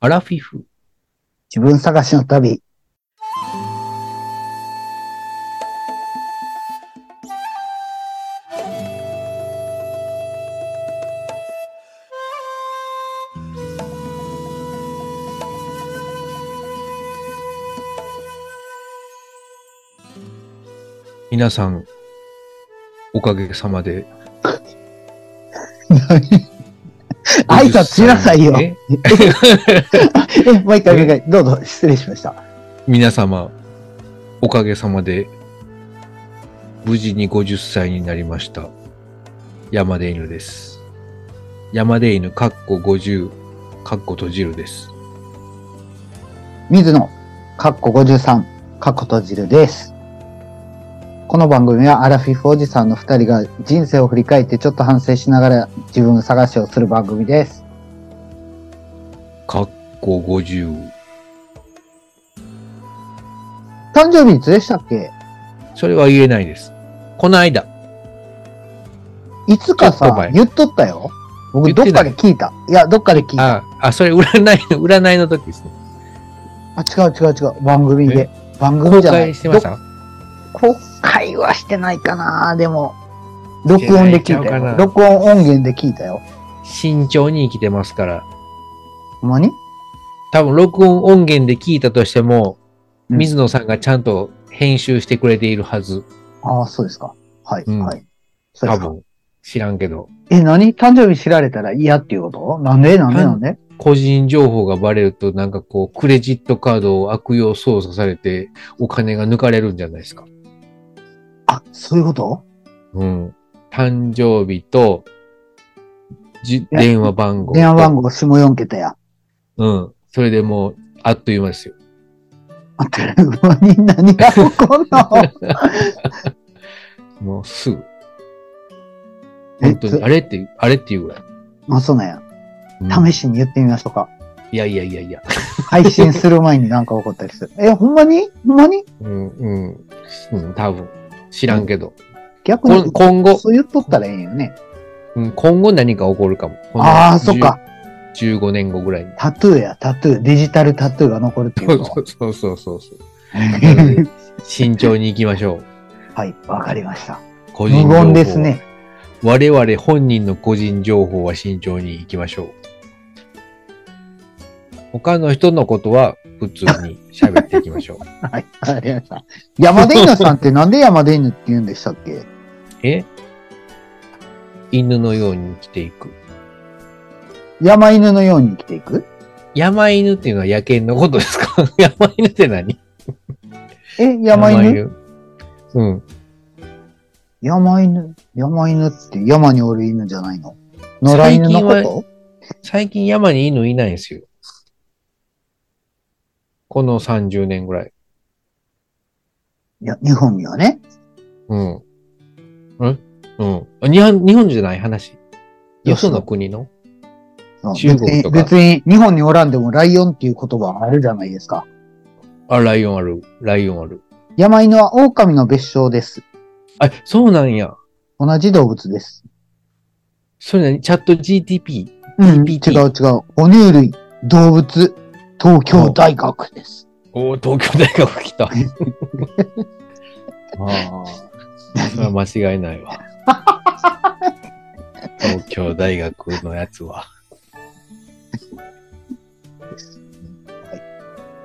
アラフィフ。自分探しの 旅。皆さん、おかげさまで。挨拶しなさいよ。え、ねもう一回、もう一回どうぞ、失礼しました。皆様、おかげさまで、無事に50歳になりました。山で犬です。山で犬、かっこ50、かっこ閉じるです。水野、かっこ53、かっこ閉じるです。この番組はアラフィフおじさんの二人が人生を振り返ってちょっと反省しながら自分探しをする番組です。かっこ50。誕生日いつでしたっけそれは言えないです。この間、いつかちょっとさ前、言っとったよ。僕言どってったかで聞いた。いや、どっかで聞いた。あ、あ、それ占いの、占いの時ですね。あ、違う違う違う。番組で。番組公じゃない。開してましたど公開はしてないかなでも、録音で聞いしてないんちゃたうかなよ。録音音源で聞いたよ。慎重に生きてますから。ほんまに多分録音音源で聞いたとしても、うん水野さんがちゃんと編集してくれているはず。ああ、そうですか。はい、うんはい。そうで多すか。分。知らんけど。え、何誕生日知られたら嫌っていうことなんでなんでなんで個人情報がバレると、なんかこう、クレジットカードを悪用操作されて、お金が抜かれるんじゃないですか。あ、そういうことうん。誕生日と、じや電話番号。電話番号下4桁や。号。うん。それでもう、あっという間ですよ。あって、馬に何が起こ んのもうすぐ。え本当に、あれって、あれっていうぐらい。まあ、そうなんや。うん試しに言ってみましょうか。いやいやいやいや。配信する前に何か起こったりする。え、ほんまにほんまにうん、うん、うん、多分。知らんけど。逆こんに。今後、そう言っとったらええんよね。うん、今後何か起こるかも。ああ、そっか。 10。15年後ぐらいに。タトゥーや、タトゥー。デジタルタトゥーが残るって いそううの。そうそうそうそう。なので慎重に行きましょ う。 はい、わかりました。個人情無報。言ですね。。我々本人の個人情報は慎重に行きましょう。他の人のことは普通に喋っていきましょう。 はい、わかりました。山田犬さんってなんで山田犬って言うんでしたっけえ犬のように生きていく。山犬のように生きていく山犬っていうのは野犬のことですか 山犬って何え、山犬うん。山犬山犬って山におる犬じゃないの野良犬の最近こ最近山に犬いないんですよ。この30年ぐらい。といや、日本にはね。うん。えうん。あ日本、日本じゃない話。いやよその国のそう中国とか別に、別に日本におらんでもライオンっていう言葉あるじゃないですか。あ、ライオンある。ライオンある。山犬は狼の別称です。あ、そうなんや。同じ動物です。それ何チャット GTP。うん、違う違 GPT う。哺乳類、動物、東京大学です。おお東京大学来 た。ああ。それは間違いないわ。東京大学のやつ は。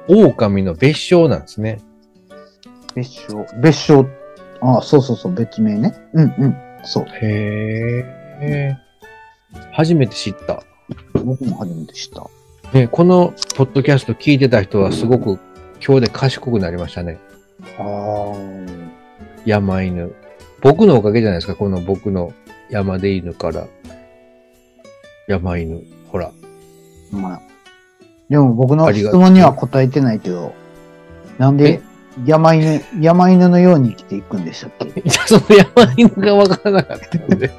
狼の別称なんですね。別称。別称。ああ、そうそうそう、別名ね。うんうん。そう。へえ。初めて知った。僕も初めて知った。ね、このポッドキャスト聞いてた人はすごく今日で賢くなりましたね。ああ。山犬。僕のおかげじゃないですか、この僕の山で犬から。山犬。ほら。 まあ。でも僕のありが質とう問には答えてないけど、なんで山犬、山犬のように生きていくんでしたっ けいや、その山犬がわからなかったの で。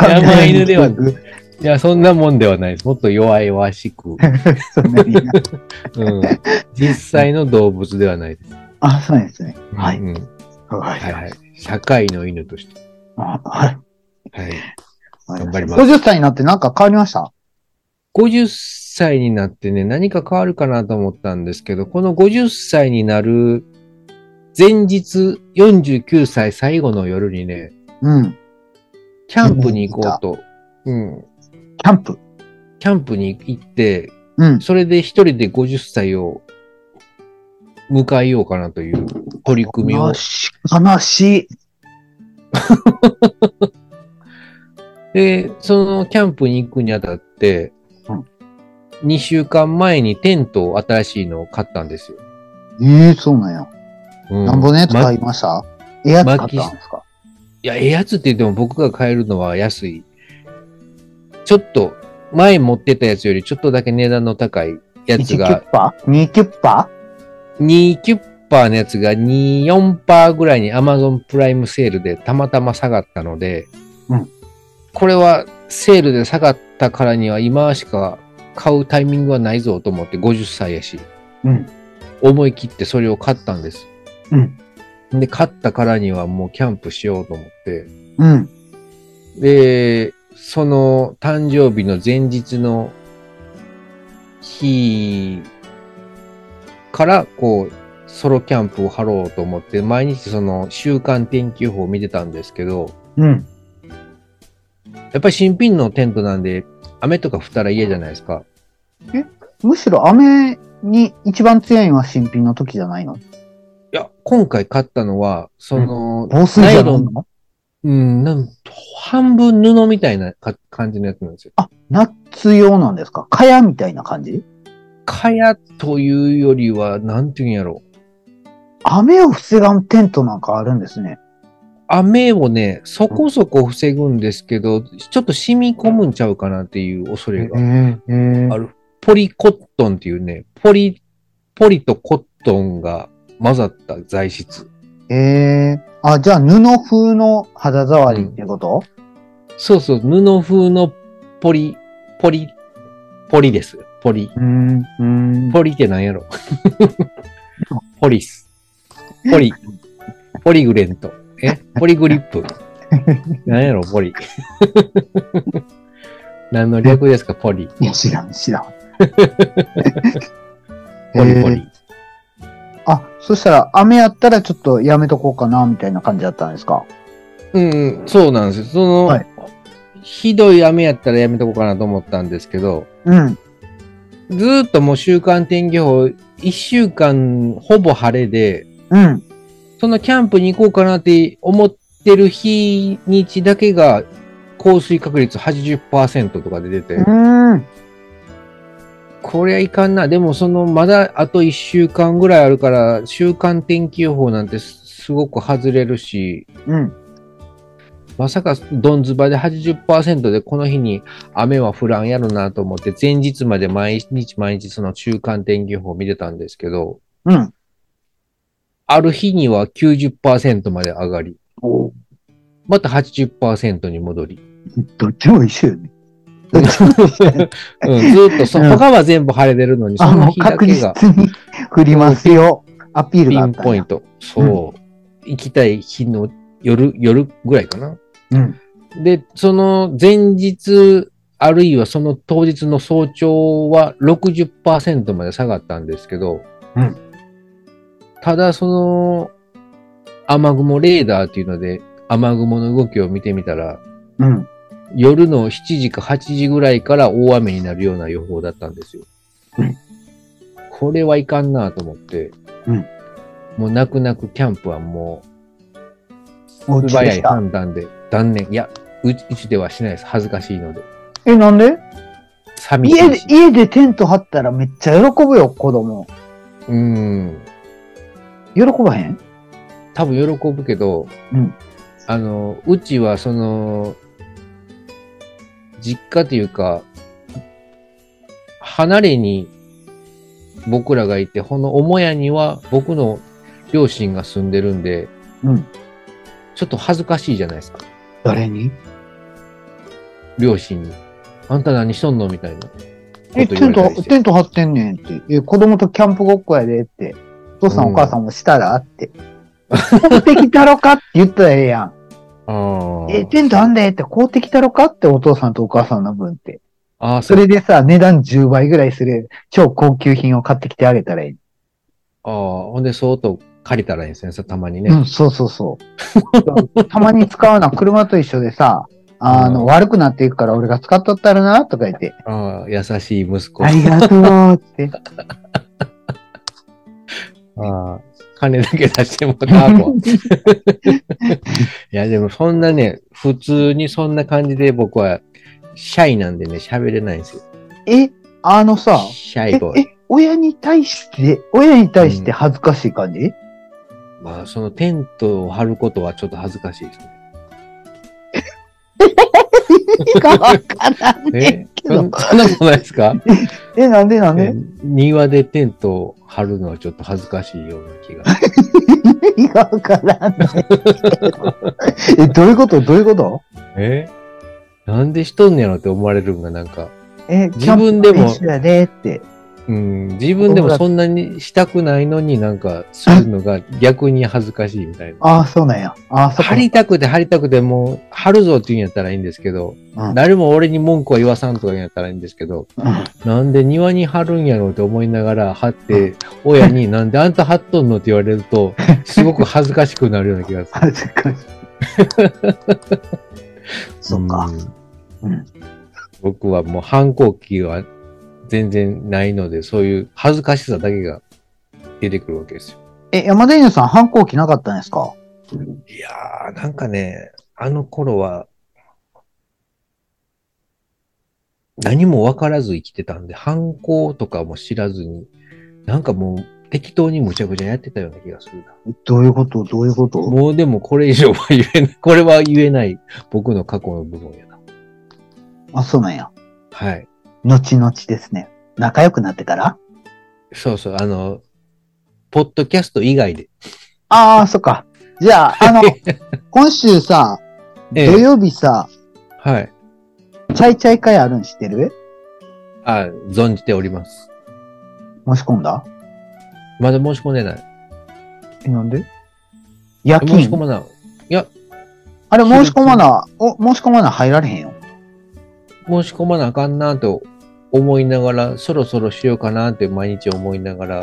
山犬では狼のようにいや、そんなもんではないです。もっと弱々しく。生きていくそんなにうん。実際の動物ではないです。あ、そうなんですね。はいうん。ははいはい。社会の犬として。あはい。はい。わか頑張ります50歳になってなんか変わりました50歳になってね、何か変わるかなと思ったんですけど、この50歳になる前日、49歳最後の夜にね、うん。キャンプに行こうと。うん。キャンプ。キャンプに行って、うん。それで一人で50歳を迎えようかなという取り組みを悲。し悲しい。で、そのキャンプに行くにあたってうん、 2週間前にテントを新しいのを買ったんですよ。ええそうなんや。うんなんぼのやつま買いましたエアつ買ったんですかいや、ええやつって言っても僕が買えるのは安い。ちょっと、前持ってたやつよりちょっとだけ値段の高いやつ ?1 キュ がッ、パ ?2 キュッパ2キュッパーのやつが2、4パーぐらいに Amazon プライムセールでたまたま下がったので、うんこれはセールで下がったからには今しか買うタイミングはないぞと思って50歳やし、うん。思い切ってそれを買ったんです。うん。で、買ったからにはもうキャンプしようと思って、うん。で、その誕生日の前日の日から、こう、ソロキャンプを張ろうと思って、毎日その週間天気予報を見てたんですけど、うん。やっぱり新品のテントなんで、雨とか降ったら嫌じゃないですか。むしろ雨に一番強いのは新品の時じゃないのいや、今回買ったのは、その、防水じゃないのうん、なん半分布みたいなか感じのやつなんですよ。あ、ナッツ用なんですか蚊帳みたいな感じかやというよりは、なんていうんやろう。雨を防がんテントなんかあるんですね。雨をね、そこそこ防ぐんですけど、ちょっと染み込むんちゃうかなっていう恐れが。ええあるポリコットンっていうね、ポリ、ポリとコットンが混ざった材質。ええあ、じゃあ布風の肌触りってこと、そうそう、布風のポリ、ポリ、ポリです。ポリ。うん、うん。ポリってなんやろ ポリス。ポリ。ポリグレント。えポリグリップ。なんやろポリ。 何の略ですかポリ。いや、知らん、知らん。ポリポえリ。ーあ、そしたら雨やったらちょっとやめとこうかな、みたいな感じだったんですか。うん、そうなんですよ。その、はいひどい雨やったらやめとこうかなと思ったんですけど、うん。ずーっともう週間天気予報、一週間ほぼ晴れで、うん。そのキャンプに行こうかなって思ってる日にちだけが、降水確率80%とかで出て、うん。こりゃいかんな。でもその、まだあと一週間ぐらいあるから、週間天気予報なんてすすごく外れるし、うん。まさかドンズバで80%でこの日に雨は降らんやろなと思って、前日まで毎日毎日その中間天気予報を見てたんですけど、うん。ある日には90%まで上がり、おまた80%に戻り。どっちも一緒よね。どっちも一緒やねうん、 ずーっとそ、うん他は全部晴れてるのに、そあ、のもう日だ確けが実に振りますよ。アピールピがあっンたんポインや。ト。そう。行きたい日の夜、夜ぐらいかな。うん。で、その前日、あるいはその当日の早朝は60%まで下がったんですけど、うんただその雨雲レーダーっていうので雨雲の動きを見てみたら、うん。夜の7時か8時ぐらいから大雨になるような予報だったんですよ。うんこれはいかんなと思って、うんもう泣く泣くキャンプはもうお素家で早しいた。判断で断念。いや、うちうちではしないです。恥ずかしいので。え、なんで寂し家いでし。家でテント張ったらめっちゃ喜ぶよ、子供。うん。喜ばへん多分喜ぶけど、うんあの、うちはその、実家というか、離れに僕らがいて、この母屋には僕の両親が住んでるんで、うんちょっと恥ずかしいじゃないですか。誰に両親に。あんた何しとんのみたいなことえ、テ言ンわれたトりし、て。テント張ってんねんって。え、子供とキャンプごっこやでって。お父さうんんお母さんもしたらって。買ってきたろかって言ったらええやん。あーえ、テントあんでって、買うてきたろかってお父さんとお母さんの分って。ああ、そそれ。れでさ、値段10倍ぐらいする超高級品を買ってきてあげたらいい。ああ、ほんで、相当借りたらいいんですね、さたまにね。うん、そうそうそう。 たまに使うな、車と一緒でさ、あの、うん悪くなっていくから俺が使っとったらな、とか言って。ああ、優しい息子。ありがとうって。 ああ、金だけ出してもらうわ いや、でもそんなね、普通にそんな感じで僕は、シャイなんでね、喋れないんですよ。 え、あのさ、シャえイボ、ーイ。え、親に対して、親に対して恥ずかしい感じ、まあ、そのテントを張ることはちょっと恥ずかしいですね。意味がわからんね んえけそどん。そんなことないですか、 え、なんでな んえで庭でテントを張るのはちょっと恥ずかしいような気が。意味がわからんねんけど。 え、どういうことどういうこと えなんでしとんねやろって思われるんがなんか、え、自分でもキャンプの練習やでって。うん、自分でもそんなにしたくないのになんか、するのが逆に恥ずかしいみたいな。ああ、そうなんや。ああ、そっか貼。りたくて貼りたくてもう貼るぞって言うんやったらいいんですけど、うん誰も俺に文句は言わさんとか言うんやったらいいんですけど、うん なんで庭に貼るんやろうって思いながら貼って、親になんであんた貼っとんのって言われると、すごく恥ずかしくなるような気がする。恥ずかしい。 そっか。うんうん僕はもう反抗期は全然ないので、そういう恥ずかしさだけが出てくるわけですよ。え、山田犬さん反抗期なかったんですかいやー、なんかね、あの頃は、何も分からず生きてたんで、反抗とかも知らずに、なんかもう適当にむちゃくちゃやってたような気がするな。どういうことどういうこともうでもこれ以上は言えない、 これは言えない僕の過去の部分やな。あ、そうなんや。はい。後々ですね。仲良くなってからそうそう、あの、ポッドキャスト以外で。ああ、そっか。じ ゃあ、あの、今週さ、土ええ曜日さ、はい。チャイチャイ会あるん知ってるあ、存じております。申し込んだまだ申し込んでない。え、なんで夜申し込ま勤ない。あれ申し込まな、お、申し込まな入られへんよ。申し込まなあかんなと思いながら、そろそろしようかなって毎日思いながら、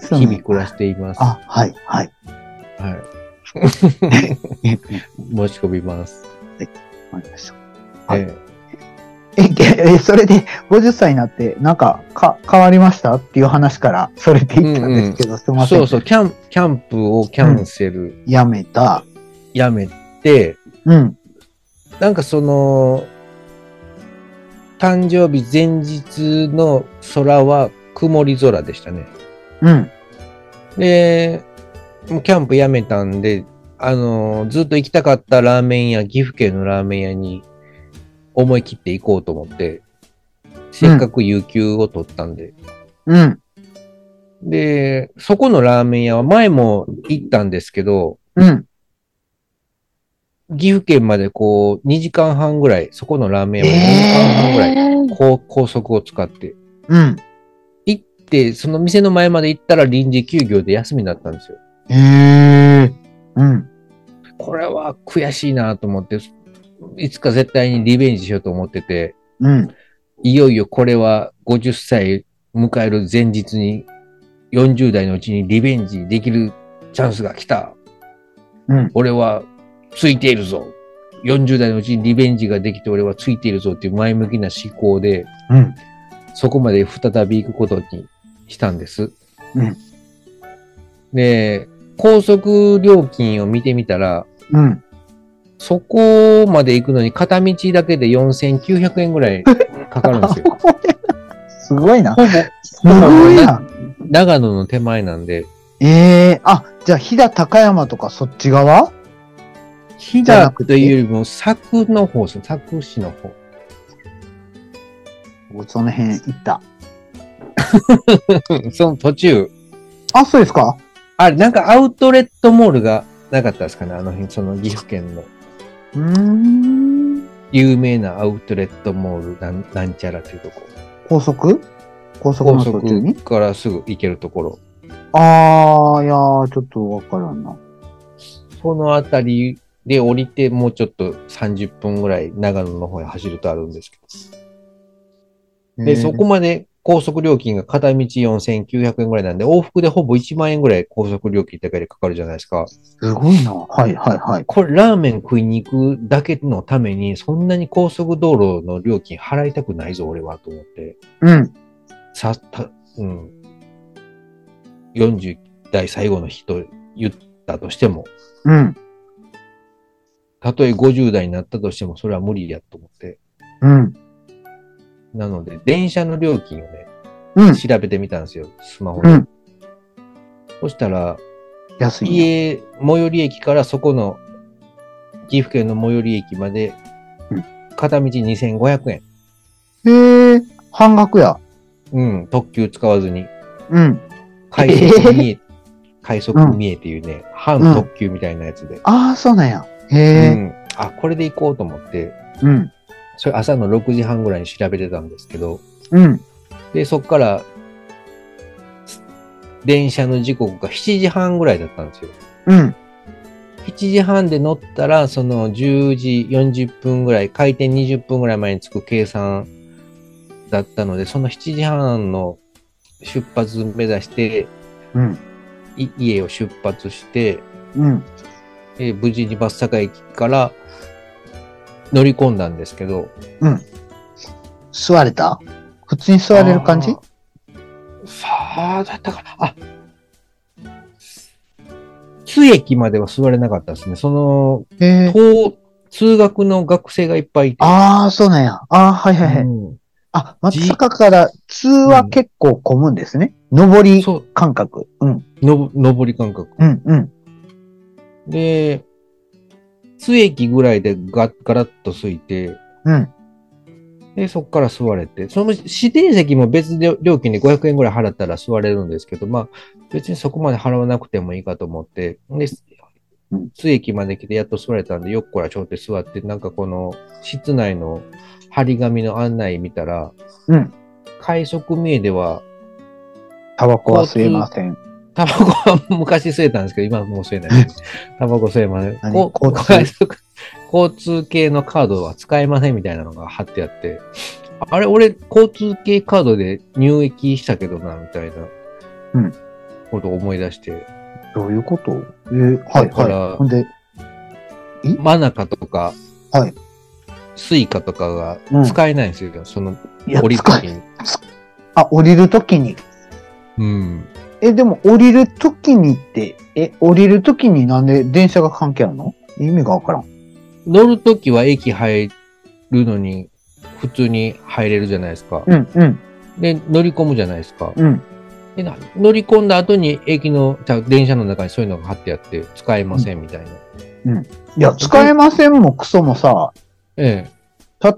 そう日ね々暮らしています。はあ、はい、はい。い。申し込みます。わかりました。はいええ、え、えそれで50歳になって、なんか、か、変わりましたっていう話から、それていったんですけど、すいえません。そうそう、キャン、キャンプをキャンセル、やめた。やめて、うん。なんかその、誕生日前日の空は曇り空でしたね。うん。で、もうキャンプやめたんで、あのーずっと行きたかったラーメン屋、岐阜県のラーメン屋に思い切って行こうと思って、せっかく有給を取ったんで。うん。で、そこのラーメン屋は前も行ったんですけど、うん。岐阜県までこう2時間半ぐらい、そこのラーメン屋は2時間半ぐらい、えー高高速を使って。うん。行って、その店の前まで行ったら臨時休業で休みだったんですよ。えー。うん。これは悔しいなと思って、いつか絶対にリベンジしようと思ってて、うん。いよいよこれは50歳迎える前日に、40代のうちにリベンジできるチャンスが来た。うん。俺はついているぞ。40代のうちにリベンジができて俺はついているぞっていう前向きな思考で、うん。そこまで再び行くことにしたんです。うんで、高速料金を見てみたら、うん。そこまで行くのに片道だけで4900円ぐらいかかるんですよ。すごい な。ほぼすごいな。長野の手前なんで、ええー。あ、じゃあ、飛騨高山とかそっち側飛じゃ騨なくてというよりも佐久の方ですね、佐久市の方。僕その辺行っうた。んその途中、あ、そうですかあれ、なんかアウトレットモールがなかったですかね、あの辺、その岐阜県のうーん。有名なアウトレットモールなんなんちゃらっていうとこ。高速高速高の途中速にからすぐ行けるところ。あー、いやー、ちょっとわからんな。そのあたりで降りて、もうちょっと30分ぐらい長野の方へ走るとあるんですけど。で、そこまで高速料金が片道4900円ぐらいなんで、往復でほぼ1万円ぐらい高速料金だけでかかるじゃないですか。すごいな。はいはいはい。これ、ラーメン食いに行くだけのために、そんなに高速道路の料金払いたくないぞ、俺は、と思って。うん。さ、た、うん。40代最後の日と言ったとしても、うん。たとえ50代になったとしても、それは無理やと思って。うん。なので、電車の料金をね、うん。調べてみたんですよ、スマホうで。ん。そしたら、安いな。家、最寄り駅からそこの、岐阜県の最寄り駅までうん、片道2500円。へえ、半額や。うん、特急使わずに。うん。快速見え、快速見えっていうね、半特急みたいなやつで。ああ、そうなんや。へうえ、ん。あ、これで行こうと思って、うん。それ朝の6時半ぐらいに調べてたんですけど、うん。で、そっから、す電車の時刻が7時半ぐらいだったんですよ。うん。 7時半で乗ったら、その10時40分ぐらい、開店20分ぐらい前に着く計算だったので、その7時半の出発目指して、うん。い家を出発して、うん。えー無事に松阪駅から乗り込んだんですけど。座れた普通に座れる感じあーさあ、だったかな。あ津駅までは座れなかったですね。その、へえ。通通学の学生がいっぱいいて。ああ、そうなんや。ああ、はいはいはい。うんあ、松阪から通は結構混むんですね。上りそう、感覚。うん。の、上り感覚。うん。うん。で、津駅ぐらいでガガラッと空いて、うん。で、そこから座れて、その指定席も別で料金で500円ぐらい払ったら座れるんですけど、まあ、別にそこまで払わなくてもいいかと思って、でうん、津駅まで来てやっと座れたんで、よっこらちょうって座って、なんかこの室内の張り紙の案内見たら、うん。快速名では、タバコは吸えません。タバコは昔吸えたんですけど、今はもう吸えないです。タバコ吸えません。何こ交通快速交通系のカードは使えませんみたいなのが貼ってあって、あれ、俺、交通系カードで入駅したけどな、みたいな、うんことを思い出して、どういうことえー、はいだからはい。ほんで、マナカとか、はいスイカとかうんが使えないんですよ、そのいや、降りる使といきに。あ、降りるときに。うん。え、でも降りるときにって、え、降りるときになんで電車が関係あるの意味がわからん。乗るときは駅入るのに、普通に入れるじゃないですか。うん、うん、で、乗り込むじゃないですか。うん。でな乗り込んだ後に駅の、じゃあ電車の中にそういうのが貼ってあって、使えませんみたいな。いや、使えませんもクソもさ、ええ。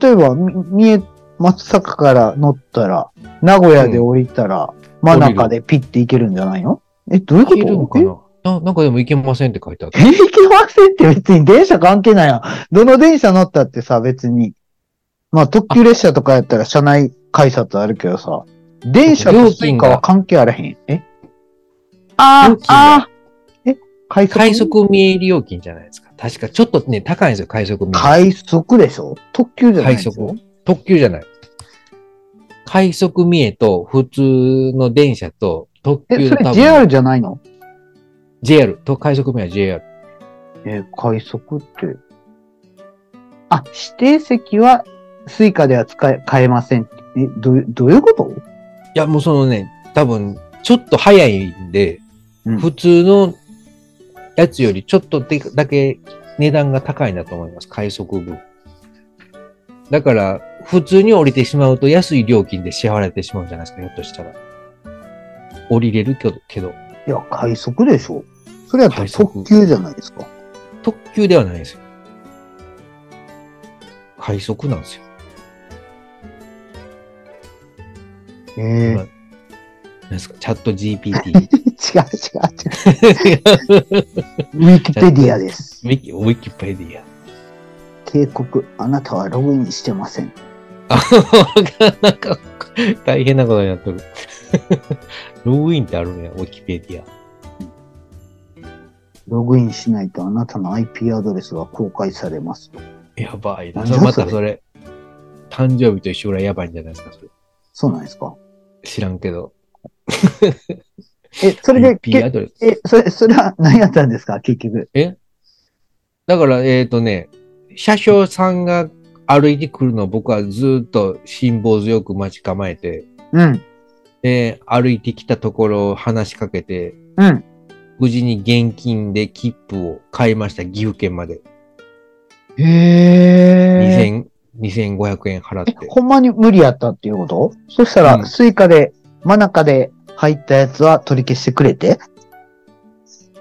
例えば、み三重、松阪から乗ったら、名古屋で降りたら、真中でピッて行けるんじゃないのえ、どういう行けるのこかとなななんかでも行けませんって書いてあっえ、た。え行けませんって別に電車関係ないやん。どの電車乗ったってさ、別に。まあ、特急列車とかやったら車内改札あるけどさ、電車とスイカは関係あらへん。えあ料ー金があーえ快速快速見え料金じゃないですか。確かちょっとね、高いんですよ、快速見え。快速でしょ特急じゃないでしょ快特急じゃない。快速見えと普通の電車と特え、急そのれ多分 JR じゃないの JR と快速見えは JR。えー快速って。あ、指定席はスイカでは使え、買えませんって。え、どう、どういうこといや、もうそのね、多分、ちょっと早いんで、うん普通のやつよりちょっとでだけ値段が高いんだと思います。快速分。だから、普通に降りてしまうと安い料金で支払われてしまうんじゃないですか、ひょっとしたら。降りれるけど、けどいや、快速でしょそれやったら快速特急じゃないですか。特急ではないんですよ。快速なんですよ。ええ今なんですか、チャット GPT。違う違う違う。ウィキペディアです。ウィキウィキペディア。 警告、あなたはログインしてません。なんか、大変なことになってる。 ログインってあるんや、ウィキペディア。ログインしないとあなたの IP アドレスが公開されます。やばいな。なんだまたそそれ、誕生日と一緒ぐらいやばいんじゃないですか、それ。そうなんですか。知らんけど。え、それで、 IP アけドレス。え、それ、それは何やったんですか結局。だから、えっ、とね、車掌さんが歩いてくるのを僕はずっと辛抱強く待ち構えて、うん。で、歩いてきたところを話しかけて、うん。無事に現金で切符を買いました、岐阜県まで。へえ。 2000 2500円払ってえ。ほんまに無理やったっていうことそしたら、うんスイカで、マナカで入ったやつは取り消してくれて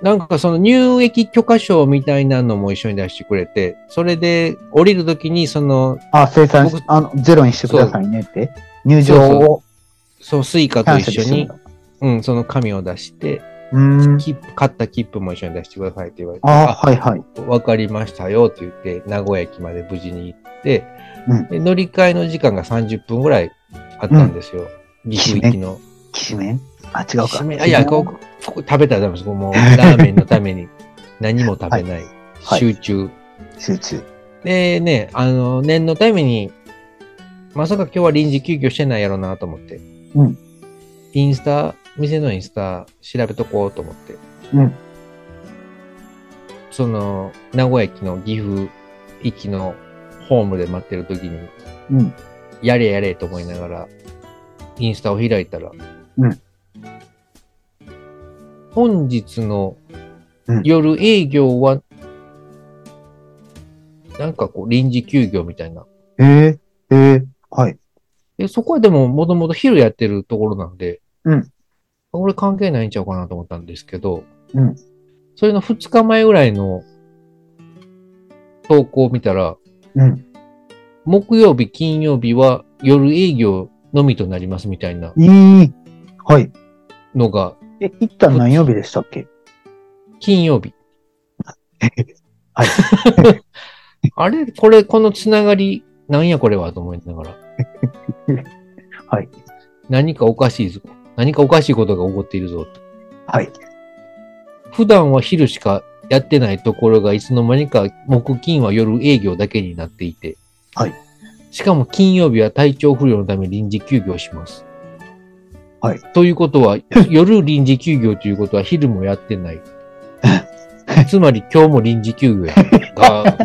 なんかその入駅許可証みたいなのも一緒に出してくれて、それで降りるときにその、あ、生産し僕あの、ゼロにしてくださいねって。入場そうをそのスイカキとャンセ一ル緒してにも、らううん、その紙を出して、うーん。切符、買った切符も一緒に出してくださいって言われて、あーはいはい。あわかりましたよって言って、名古屋駅まで無事に行って、うんで乗り換えの時間が30分ぐらいあったんですよ。岐阜行きの。きしめんあ、違う締めか。あいや、ここここ食べたらダメです。もうラーメンのために何も食べない。はい集中。集中。でね、あの、念のために、まさか今日は臨時休業してないやろなと思って。うんインスタ、店のインスタ調べとこうと思って。うんその、名古屋駅の岐阜行きのホームで待ってる時に、うん。やれやれと思いながら、インスタを開いたら、うん本日のうん夜営業は、なんかこう臨時休業みたいな。ええええはい。でそこはでももともと昼やってるところなんで、うんこれ関係ないんちゃうかなと思ったんですけど、うんそれの2日前ぐらいの投稿を見たら、うん。木曜日、金曜日は夜営業のみとなりますみたいないい。はい。のがえ、一旦何曜日でしたっけ金曜日。はい。あれこれ、このつながり、なんやこれはと思いながら。 はい。何かおかしいぞ。何かおかしいことが起こっているぞ。はい。普段は昼しかやってないところがいつの間にか木金は夜営業だけになっていて。はい。しかも金曜日は体調不良のため臨時休業します。はい。ということ は、夜臨時休業ということは昼もやってない。つまり今日も臨時休業 や。が、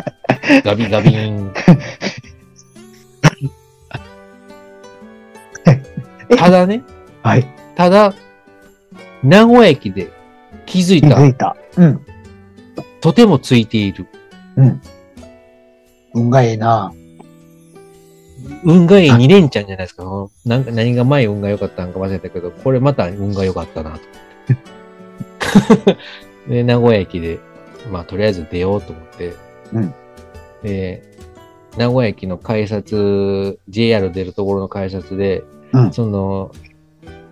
ガビガビーン。ただね、はい。ただ、名古屋駅で気づい気たづいた。うん。とてもついている。運がええな運がいい2連チャンじゃないですか。このなんか何が前運が良かったのか忘れたけど、これまた運が良か ったなと思って。で、名古屋駅で、まあとりあえず出ようと思って。うんで、名古屋駅の改札、JR 出るところの改札で、うんその、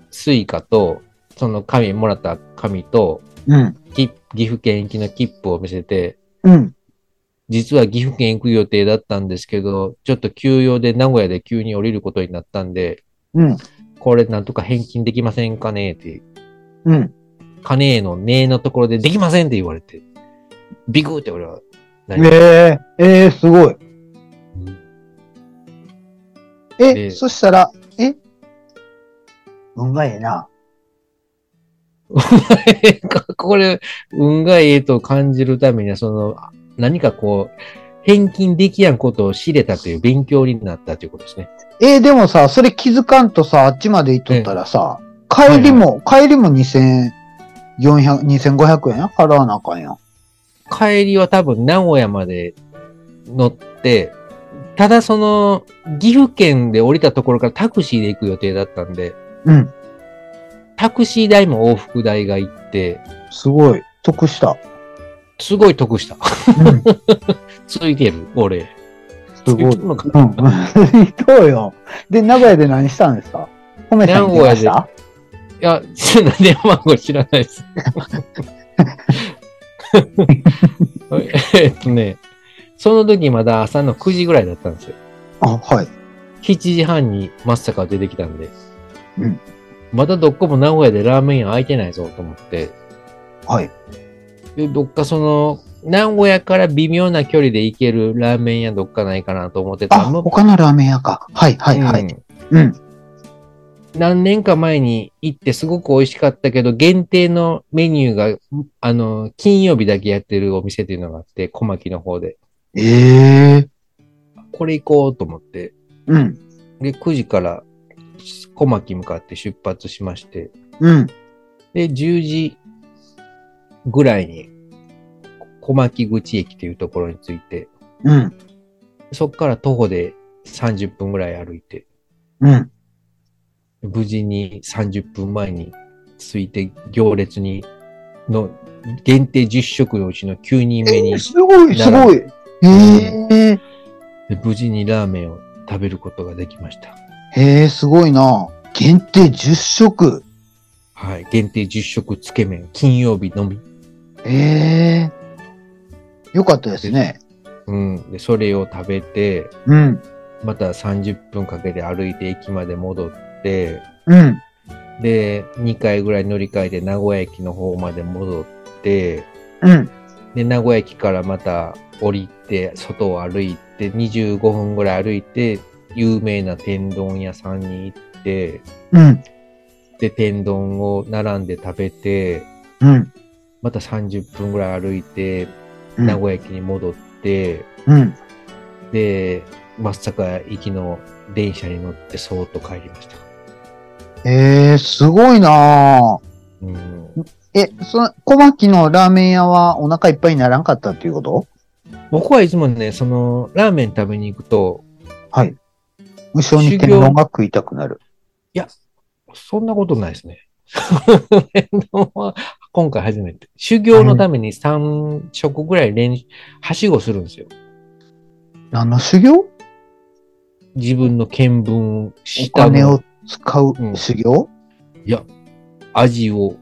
スイカと、その紙、もらった紙と、うん。き岐阜県行きの切符を見せて、うん。実は岐阜県行く予定だったんですけど、ちょっと休養で名古屋で急に降りることになったんで、うん。これなんとか返金できませんかねって、うん。かねえのねえのところでできませんって言われて、ビクって俺はなりましええええすごい。えええ、そしたら、え運がええなた。 これ、運がええと感じるためには、その、何かこう、返金できやんことを知れたという勉強になったということですね。えでもさ、それ気づかんとさ、あっちまで行っとったらさ、帰りも、帰りも2400、2500円払わなあかんやん。帰りは多分名古屋まで乗って、ただその、岐阜県で降りたところからタクシーで行く予定だったんで、うん。タクシー代も往復代が行って、すごい。得した。すごい得した。 うん。ついてる、俺。すごいつてるのかうん。 そうよ。で、名古屋で何したんですか褒めさんに出ましたいや、なんで山子知らない です。 えっとね、その時まだ朝の9時ぐらいだったんですよ。あ、はい。 7時半にまさか出てきたんで、うんまだどっこも名古屋でラーメン屋開いてないぞと思って、はい。でどっかその、名古屋から微妙な距離で行けるラーメン屋どっかないかなと思ってたあ、の他のラーメン屋か。はい、はい、はうい。んうん。何年か前に行ってすごく美味しかったけど、限定のメニューが、あの、金曜日だけやってるお店っていうのがあって、小牧の方で。ええこれ行こうと思って。うん。で、9時から小牧向かって出発しまして、うん。で、10時ぐらいに、小牧口駅というところに着いて、うん。そっから徒歩で30分ぐらい歩いて、うん。無事に30分前に着いて行列に、の限定10食のうちの9人目に、すごい、すごい。ええ無事にラーメンを食べることができました。へえ、すごいな。限定10食。はい。限定10食つけ麺、金曜日のみ。ええよかったですね。うん。で、それを食べて、うん。また30分かけて歩いて駅まで戻って、うん。で、2回ぐらい乗り換えて名古屋駅の方まで戻って、うん。で、名古屋駅からまた降りて、外を歩いて、25分ぐらい歩いて、有名な天丼屋さんに行って、うん。で、天丼を並んで食べて、うん。また30分ぐらい歩いて、うん名古屋駅に戻って、うん。で、松坂行きの電車に乗って、そーっと帰りました。ええすごいな。うんえ、その、小牧のラーメン屋はお腹いっぱいにならんかったっていうこと僕はいつもね、その、ラーメン食べに行くと、はい。無性に天丼が食いたくなる。そんなことないですね。 今回初めて。修行のために3食ぐらい練習、はしごするんですよ。何の修行自分の見聞しおた金のを使ううん修行、いや、味を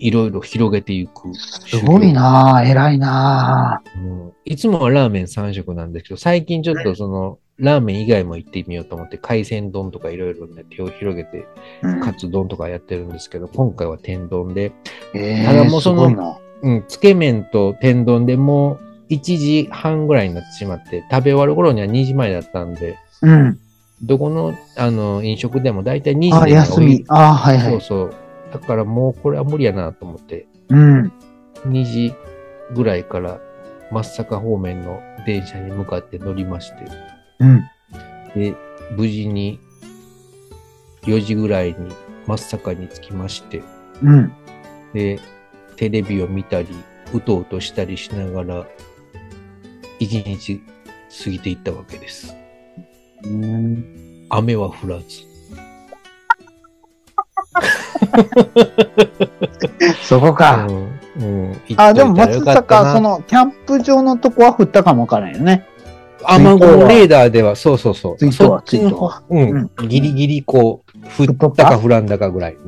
いろいろ広げていく。すごいなぁ、偉いなぁ。うんいつもはラーメン3食なんですけど、最近ちょっとその、ラーメン以外も行ってみようと思って、海鮮丼とかいろいろね、手を広げて、うんカツ丼とかやってるんですけど、今回は天丼で、えただー、もうすそのごいなうん、つけ麺と天丼でもう1時半ぐらいになってしまって、食べ終わる頃には2時前だったんで、うん。どこのあの飲食でも大体2時にはあ、休み。あ、はいはそうい。そう。だからもうこれは無理やなと思って、うん。 2時ぐらいから松阪方面の電車に向かって乗りまして、うん。で、無事に4時ぐらいに松阪に着きまして、うん。で、テレビを見たり、うとうとしたりしながら、一日過ぎていったわけです。うん雨は降らず。そこか。うん。うん、あ、でも松坂坂、そ、の、キャンプ場のとこは降ったかもわからんよね。雨雲レーダーでは、そうそうそう。ツイートはそっちの方うん。ギリギリこう、降ったか降らんだかぐらいの。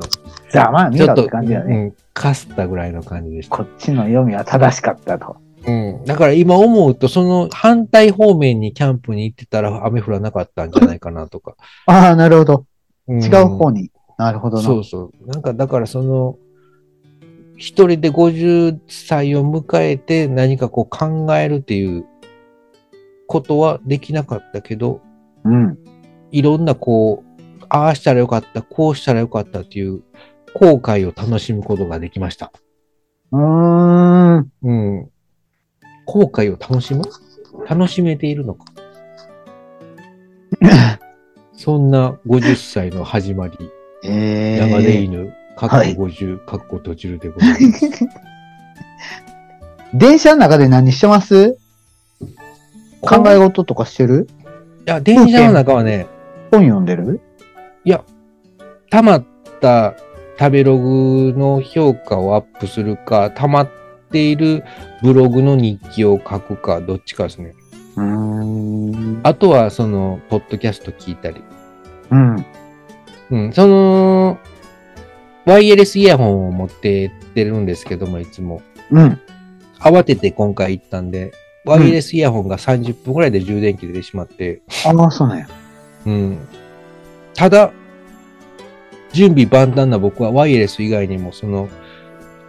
じゃあまあ見ちょろっっと、て感じだようね。ん。かすったぐらいの感じでした。こっちの読みは正しかったと。うん。だから今思うと、その反対方面にキャンプに行ってたら雨降らなかったんじゃないかなとか。ああ、なるほど。違うに方に。なるほどな。そうそう。なんかだからその、一人で50歳を迎えて何かこう考えるっていうことはできなかったけど、うん。いろんなこう、ああしたらよかった、こうしたらよかったっていう後悔を楽しむことができました。うーん。うん。後悔を楽しむ楽しめている のか。そんな50歳の始まり、え山でー、犬、かっこ50、かっこ途中でございます。電車の中で何してます考えい事とかしてるや、電車の中はね、本読んでる溜まった食べログの評価をアップするか、溜まっているブログの日記を書くか、どっちかですね。うーん。あとは、その、ポッドキャスト聞いたり。うん。うん、その、ワイヤレスイヤホンを持ってってるんですけども、いつも。うん。慌てて今回行ったんで、ワイヤレスイヤホンが30分ぐらいで充電切れてしまって、ああ、そうなんや。うん。ただ、準備万端な僕はワイヤレス以外にも、その、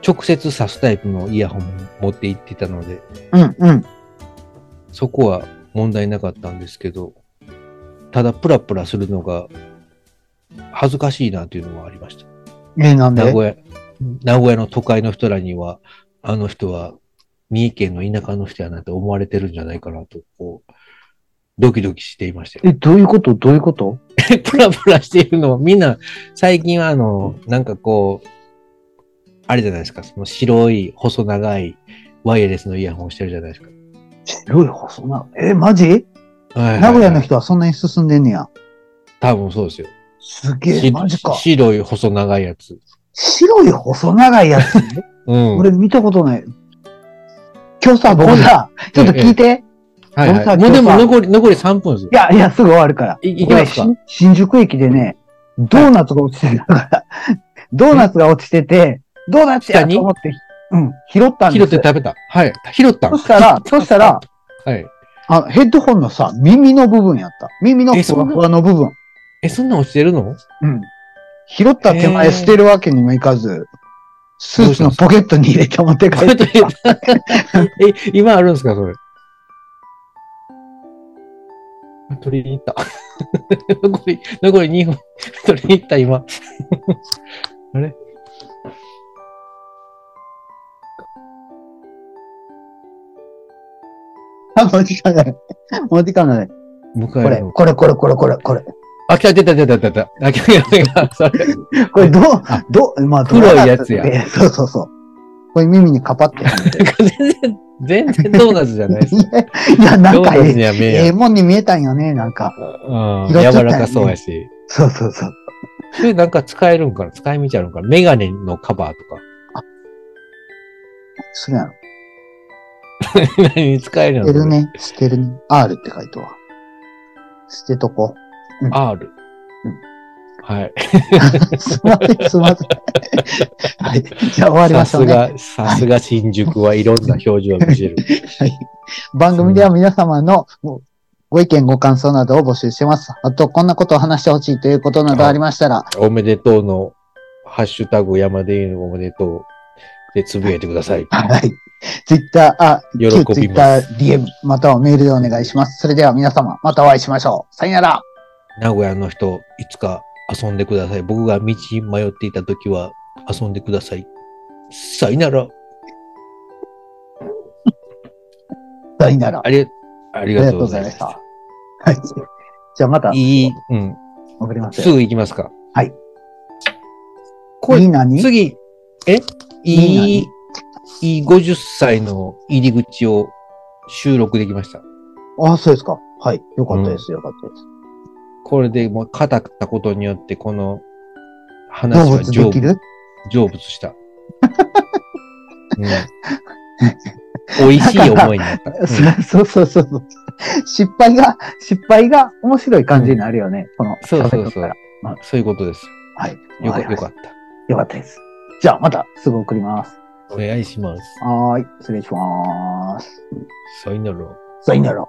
直接挿すタイプのイヤホンも持って行ってたので、うん、うん。そこは問題なかったんですけど、ただプラプラするのが恥ずかしいなというのはありました。え、なん名で古屋、名古屋の都会の人らには、あの人は三重県の田舎の人やなんて思われてるんじゃないかなと、こう、ドキドキしていましたよ。え、どういうことどういうことプラプラしているのはみんな、最近はあの、なんかこう、あれじゃないですか、その白い、細長い、ワイヤレスのイヤホンしてるじゃないですか。白い細な。え、マジはいはいはい名古屋の人はそんなに進んでんねや。多分そうですよ。すげえ、しマジか。白い、細長いやつ。白い細長いやつ、うん。俺見たことない。今日さ、僕さ、ちょっと聞いて。はいはい俺さもうでも今日さ残り、残り3分ですよい。や、いや、すぐ終わるから。いいきますか俺新新宿駅でね、ドーナツが落ちてたから、ドーナツが落ちてて、ドーナツや下にと思って、うん、拾ったん拾でっすてよ。食べた。はい。拾ったんそしたら、そしたら、はい。あのヘッドホンのさ、耳の部分やった。耳のえふそんわなふわの部分。え、そんなん落ちてるのうん。拾った手へ前ー捨てるわけにもいかず、スーツのポケットに入れて持って帰ってきた。え、今あるんですかそれ。取りに行った。残り、残り2分。取りに行った、今。あれあ、もう時間 がない。もう時間がない。迎こえれるの、。これ、これ、これ、これ、これ。あ、来た、出た、出た、出た。あ、来た、来た、それ。これ、どうあ、どう、まあ、黒いやつやドーナツってそうそうそう。これ耳にカパってはめて。全然、全然ドーナツじゃないです。いや、 なドんーかナツええ、には見ええやえもんに見えたんよね、なんか。ん。うん。拾っちゃった柔よねらかそうやし。そうそうそう。それなんか使えるんかな使い道あるんかなメガネのカバーとか。 そうやろ。何に使えるの捨てるね、捨てるね。R って書いてわ。捨てとこ。 R。はい。 すいません、 すいません。はい。じゃあ終わりまさしょすうね。が、さすが新宿はいろんな表情を見 せる。はい。番組では皆様のごご意見、ご感想などを募集してます。あと、こんなことを話してほしいということなどありましたら、おめでとうの、ハッシュタグ山でいいのおめでとうでつぶやいてください。はい。ツイッター、あ、喜びますツイッター、DM、またはメールでお願いします。それでは皆様、またお会いしましょう。さよなら。名古屋の人、いつか遊んでください。僕が道迷っていた時は遊んでください。さよなら。さよなら。あありありりがとうございましがとた。うございましたはい。じゃあまた、いい、うん。わかりますすよ。ぐ行きますか。はい。これいいなに次、えいいないい、いい50歳の入り口を収録できました。あ、そうですか。はい。よかったです。よかったです。これでもう語ったことによって、この話動は物成で仏きる成仏 した。うん、美味しい思いになった。 うんそうそうそうそう。 失敗が、失敗が面白い感じになるよね。この、そうそう喋っそとったうら。うん。そういうことです。はい。よかわりまよしたかった。よかったです。じゃあまたすぐ送ります。お願いします。はーい。失礼します。さよなら。さよなら。